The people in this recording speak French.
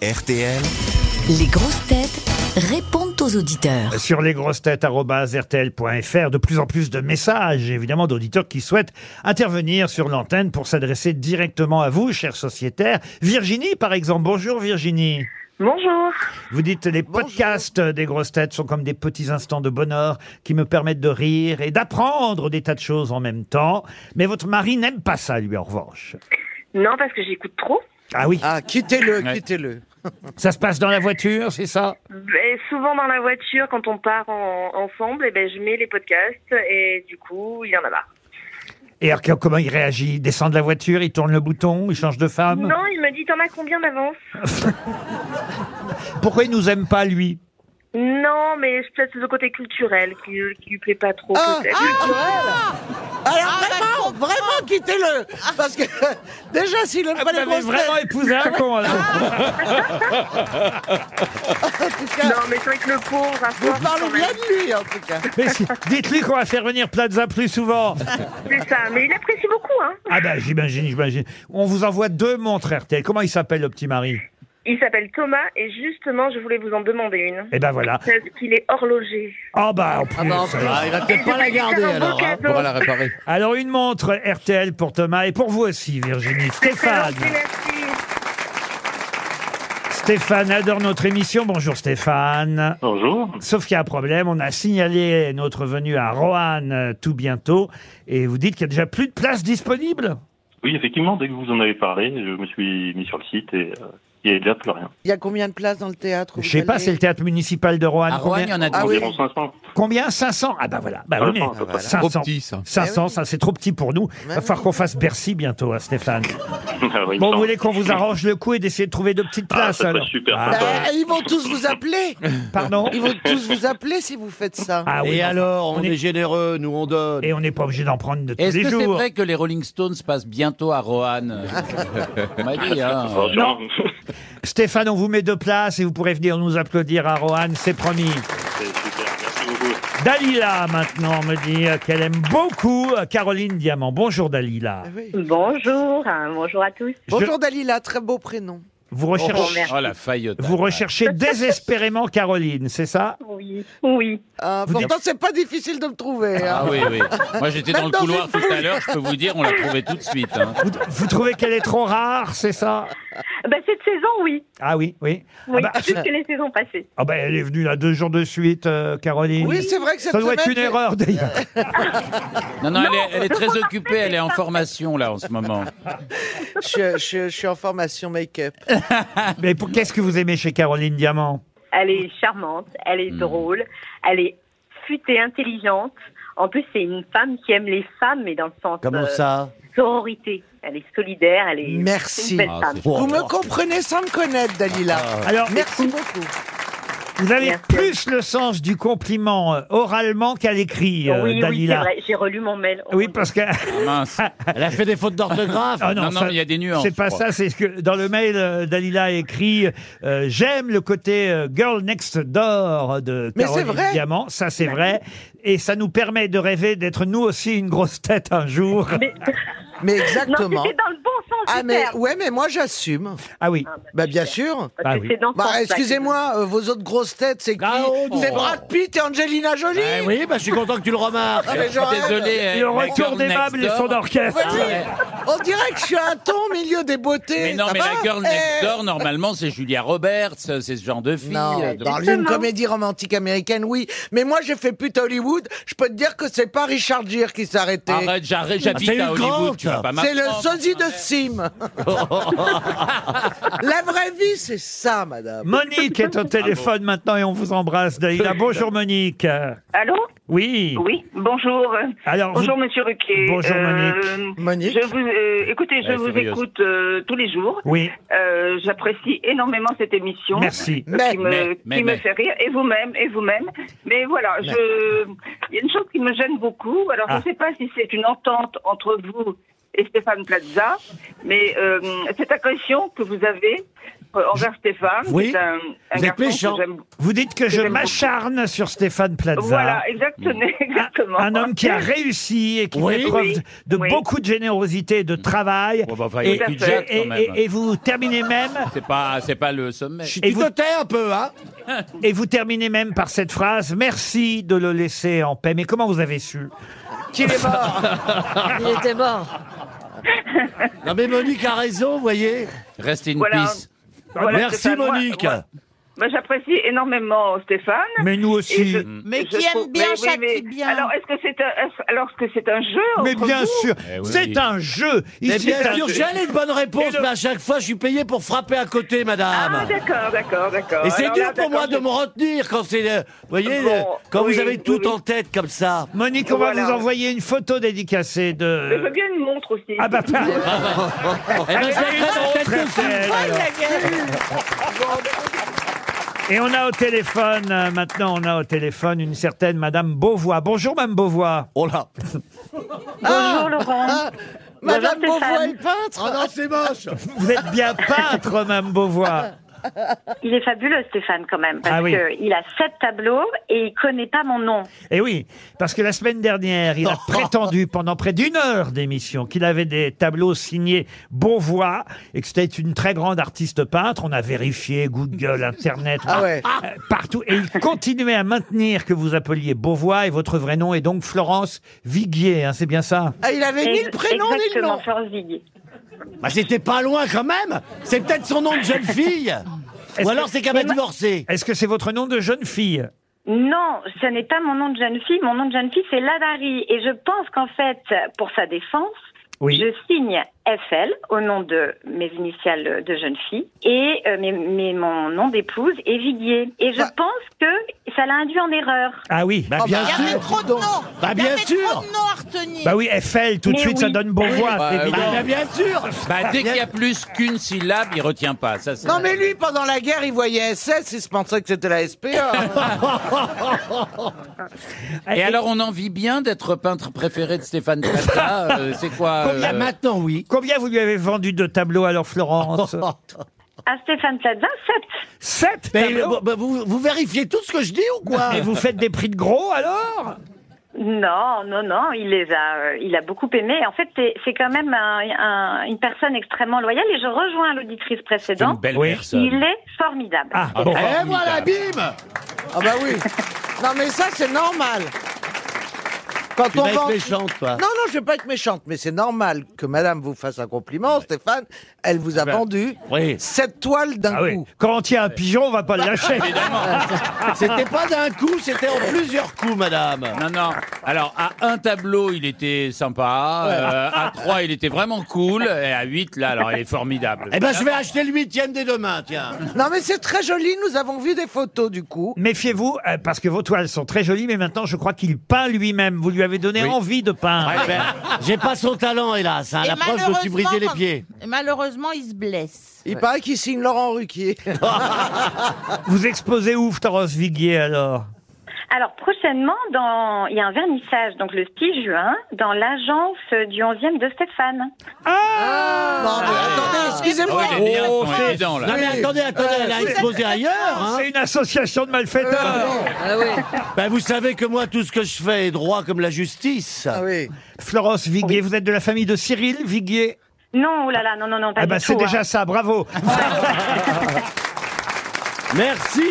RTL. Les grosses têtes répondent aux auditeurs. sur lesgrossetêtes.rtl.fr de plus en plus de messages, évidemment, d'auditeurs qui souhaitent intervenir sur l'antenne pour s'adresser directement à vous, chers sociétaires. Virginie, par exemple. Bonjour, Virginie. Bonjour. Vous dites les podcasts des grosses têtes sont comme des petits instants de bonheur qui me permettent de rire et d'apprendre des tas de choses en même temps. Mais votre mari n'aime pas ça, lui, en revanche. Non, parce que j'écoute trop. Ah oui, Ah, quittez-le, Ouais. quittez-le. ça se passe dans la voiture, c'est ça Et souvent dans la voiture, quand on part en- ensemble, et ben, je mets les podcasts et du coup, il y en a marre. Et alors, que- comment il réagit Il descend de la voiture, il tourne le bouton, il change de Ah femme Non, il me dit T'en as combien d'avance Pourquoi il nous aime pas, lui Non, mais c'est peut-être le côté culturel qui, qui lui plaît pas trop. Ah, peut-être. Alors Ah, vraiment, vraiment, quittez-le. Parce que déjà, s'il Ah bah, n'aime pas les grosses Ah, vraiment têtes, épousé un con, en tout ah. cas, Non, mais c'est vrai que le pauvre, à force, vous parlez quand même, bien de lui, en tout cas. Dites-lui qu'on va faire venir Plaza plus souvent. c'est ça. Mais il apprécie beaucoup. Hein. Ah ben, j'imagine, j'imagine. On vous envoie deux montres RTL. Comment il s'appelle, le petit mari Il s'appelle Thomas et justement, je voulais vous en demander une. Eh ben voilà. Parce qu'il est horloger. Ah bah, en plus. Ah, il va peut-être pas la garder C'est un beau alors. hein. cadeau. On va la réparer. Alors, une montre RTL pour Thomas et pour vous aussi, Virginie. Très Stéphane. gentil, merci. Stéphane adore notre émission. Bonjour, Stéphane. Bonjour. Sauf qu'il y a un problème, on a signalé notre venue à Roanne euh, tout bientôt et vous dites qu'il y a déjà plus de places disponibles. Oui, effectivement, dès que vous en avez parlé, je me suis mis sur le site et euh, il n'y avait déjà plus rien. Il y a combien de places dans le théâtre où Je vous sais pas, allez c'est le théâtre municipal de Roanne. À Rouen, il y en a Ah deux. oui. Environ 500. Combien 500 Ah bah voilà. Bah, oui, mais 500, à peu près. 500. Trop petit, ça. 500, ça c'est trop petit pour nous. Bah va falloir qu'on fasse Bercy bientôt, hein, Stéphane. Ah oui, il me Bon, vous semble. voulez qu'on vous arrange le coup et d'essayer de trouver deux petites Ah, places ça serait alors super Ah, sympa. Bah, ils vont tous vous appeler. Pardon Ils vont tous vous appeler si vous faites ça. Ah oui. Et enfin, alors, on on est- est généreux, nous on donne. Et on n'est pas obligé d'en prendre de tous Est-ce les que c'est jours. vrai que les Rolling Stones passent bientôt à Roanne On m'a dit, hein. Alors, genre, Stéphane, on vous met deux places et vous pourrez venir nous applaudir à Roanne, c'est promis. C'est super. Merci beaucoup. Dalila maintenant me dit euh, qu'elle aime beaucoup euh, Caroline Diamant. Bonjour Dalila. Ah Oui. Bonjour, hein, bonjour à tous. Bonjour Dalila, très beau prénom. Vous recherchez, merci. Oh la faillotte. vous recherchez désespérément Caroline, c'est ça Oui, oui. Ah, Vous pourtant, c'est pas difficile de me trouver. hein. Ah oui, oui. Moi j'étais dans le couloir tout à l'heure, je peux vous dire, on l'a trouvé tout de suite. hein. vous, vous trouvez qu'elle est trop rare, c'est ça Ben, cette saison, oui. Ah oui, oui. Oui, Ah bah, plus que les saisons passées. ah bah, elle est venue là deux jours de suite, euh, Caroline. Oui, c'est vrai que cette ça doit semaine, être une erreur d'ailleurs. Non, non, elle est, elle est très occupée, elle est en formation là en ce moment. Je, je- je suis en formation make-up. Mais pour qu'est-ce que vous aimez chez Caroline Diamant Elle est charmante, elle Hmm. est drôle, elle est futée intelligente. En plus, c'est une femme qui aime les femmes, mais dans le sens euh, ça sororité. Elle est solidaire, elle est Merci. c'est une belle Ah, femme. c'est- Vous me comprenez sans me connaître, Dalila. Alors, Merci beaucoup. vous avez Merci. plus le sens du compliment euh, oralement qu'à l'écrit, euh, oui, oui, c'est Dalila. vrai. J'ai relu mon mail. oui, parce que Mince. Elle a fait des fautes d'orthographe. Ah Non, non, ça- mais il y a des nuances, C'est pas je crois. ça, c'est ce que dans le mail, euh, Dalila a écrit euh, J'aime le côté euh, girl next door de Mais Caroline c'est vrai. Diamant. Ça, c'est vrai. Et ça nous permet de rêver d'être nous aussi une grosse tête un jour. Mais- Mais non, exactement. c'était dans le bon sens. Ah du mais terme. ouais mais moi j'assume. Ah oui. Bah bien sûr. Parce bah que oui. c'est dans ce Bah sens-là. excusez-moi, euh, vos autres grosses têtes c'est qui Ah, oh, non. C'est Brad Pitt et Angelina Jolie. Eh oui, bah, je suis content que tu le remarques. Ah, mais Je j'en suis rêve. désolé. elle- Le la retour girl des next meubles et door. son orchestre. Ah Ah Oui, On dirait que je suis un ton au milieu des beautés. Mais non, ça mais va la girl Eh, next door, normalement, c'est Julia Roberts, c'est ce genre de fille. Non, euh, de- dans une comédie romantique américaine, oui. Mais moi, j'ai fait pute Hollywood. Je peux te dire que c'est pas Richard Gere qui s'arrêtait. Arrête, j'arrête, j'habite Ah, c'est à une Hollywood, grande. tu vas pas C'est le m'apprendre. hein. sosie de Sim. la vraie vie, c'est ça, madame. Monique est Ah au téléphone maintenant et on vous embrasse, Dalila. Bonjour, Monique. Euh, Allô Oui. Oui, bonjour. Alors, vous- Bonjour Monsieur Ruquier. Bonjour, Euh, Monique. Je vous, euh, écoutez, je Ouais, c'est vous rigolo. écoute euh, tous les jours. Oui. Euh, J'apprécie énormément cette émission. Merci. euh, Mais- qui me, mais- qui mais- me mais. fait rire, et vous-même, et vous-même. Mais voilà, je... il y a une chose qui me gêne beaucoup. Alors, je Ah. ne sais pas si c'est une entente entre vous et Stéphane Plaza, mais euh, cette agression que vous avez euh, envers Stéphane. Oui. qui est un, un Vous êtes garçon que méchant. j'aime- Vous dites que je J'aime beaucoup. m'acharne sur Stéphane Plaza. Voilà, exactement. exactement. Un homme qui a réussi et qui Oui. fait preuve Oui. de Oui. beaucoup de générosité et de travail. Bon, bah, enfin, et, il Tout à fait. budget quand et- même. et- et vous terminez même, C'est pas, c'est pas le sommet. Je suis Et vous- tutoté un peu, hein et vous terminez même par cette phrase. Merci de le laisser en paix. Mais comment vous avez su Qu'il est mort Il était mort. Non mais Monique a raison, vous voyez. Reste in Voilà. peace. Voilà, Merci Stéphane, moi- Monique. moi- moi, J'apprécie énormément Stéphane. Mais nous Et aussi. je- Mais je qui aime trouve- bien, mais oui, châtie mais- bien. Alors, est-ce que c'est un, est-ce- alors, est-ce que c'est un jeu Mais entre bien vous sûr, Eh oui. c'est un jeu. Mais Ici, c'est bien un sûr, jeu. j'ai les bonnes réponses, Et le- mais à chaque fois, je suis payé pour frapper à côté, madame. Ah, d'accord, d'accord, d'accord. bah. Et c'est Alors dur là, pour moi de d'accord, me retenir quand c'est, euh, vous voyez, Bon, euh, quand oui, vous avez oui, tout oui. en tête comme ça. Monique, on va Voilà. vous envoyer une photo dédicacée Je veux de. bien une montre aussi. Ah bah, Eh ben, je la une prends en tête montre, dessus. elle, alors. Et on a au téléphone, euh, maintenant on a au téléphone une certaine Madame Beauvois. Bonjour Madame Beauvois. Oh là. Ah, Bonjour Laurent. ah, Madame Bonjour, Beauvoy Stéphane. est peintre non, c'est moche. Vous êtes bien peintre Madame Beauvois. Il est fabuleux Stéphane quand même parce Ah oui. que il a sept tableaux et il connaît pas mon nom. Et Eh oui, parce que la semaine dernière, il a prétendu pendant près d'une heure d'émission qu'il avait des tableaux signés Beauvois et que c'était une très grande artiste peintre. On a vérifié Google, Internet, Ah ouais. euh, partout. Et il continuait à maintenir que vous appeliez Beauvois et votre vrai nom est donc Florence Viguier, hein, c'est bien ça Ah, il avait ni le Ex- prénom ni le Exactement, nom Florence Viguier. Bah, c'était pas loin quand même. C'est peut-être son nom de jeune fille. Est-ce Ou que- alors c'est qu'elle m'a divorcé. Est-ce que c'est votre nom de jeune fille Non, ce n'est pas mon nom de jeune fille. Mon nom de jeune fille, c'est Ladari. Et je pense qu'en fait, pour sa défense, Oui. je signe FL au nom de mes initiales de jeune fille et euh, mes- mes- mon nom d'épouse est Viguier. Et je Bah. pense que ça l'a induit en erreur. Ah oui. Bah, Oh, Bah, bien Il y avait sûr. trop de noms. Bah, Il y bien avait sûr. trop de noms à retenir. bah oui, FL, tout de Mais suite, ça oui. donne Beauvois, Bah, c'est oui. évident. Bah, bien sûr. Bah, dès qu'il y a plus qu'une syllabe, il retient pas. Ça, c'est Non mais lui, pendant la guerre, il voyait SS, il se pensait que c'était la SPA. Et, alors, on en vit bien d'être peintre préféré de Stéphane Plaza. euh, c'est quoi euh, Là, maintenant, oui. Combien vous lui avez vendu de tableaux alors, Florence À Stéphane Plaza, 7. Sept Mais, tableaux euh, bah, vous, vous vérifiez tout ce que je dis ou quoi Et vous faites des prix de gros alors Non, non, non, il les a, euh, il a beaucoup aimé. En fait, c'est c'est quand même un- un- une personne extrêmement loyale et je rejoins l'auditrice C'est une précédente. belle Oui. personne. Il est formidable. Ah, Ah, bon. Eh formidable. voilà, bim ah bah oui. Non mais ça, c'est normal. Quand Tu on vas être vend... méchante, toi. Non, non, je vais pas être méchante, mais c'est normal que madame vous fasse un compliment, Stéphane. Elle vous a vendu Ah bah, Oui. cette toile d'un Ah oui. coup. Quand on tient un pigeon, on va pas le lâcher. C'était pas d'un coup, c'était en plusieurs coups, madame. Non, non. Alors, à un tableau, il était sympa. euh, à trois, il était vraiment cool. Et à huit, là, alors, il est formidable. Eh ben, je vais acheter le huitième dès demain, tiens. Non mais c'est très joli, nous avons vu des photos du coup. Méfiez-vous, euh, parce que vos toiles sont très jolies, mais maintenant je crois qu'il peint lui-même. Vous lui avez donné Oui. envie de peindre. Eh ben, J'ai pas son talent, hélas. Hein. Et La preuve, je me suis brisé les malheureusement- pieds. et Malheureusement, il se blesse. Il paraît qu'il signe Laurent Ruquier. Vous exposez où, Florence Viguier, alors Alors prochainement, dans, il y a un vernissage, donc le 6 juin, dans l'agence du 11e de Stéphane. Non, mais attendez, excusez-moi. Oh, il est bien, Oh, son c'est- évident, là. Non, mais attendez, attendez, Euh, elle a exposé ailleurs. Hein. C'est une association de Euh. malfaiteurs. Ben, vous savez que moi, tout ce que je fais est droit comme la justice. Ah oui. Florence Viguier, vous êtes de la famille de Cyril Viguier Non, oh là là, non, bah, hein. non, non, pas hein. Ah du bah tout, c'est hein. déjà ça, bravo. Merci.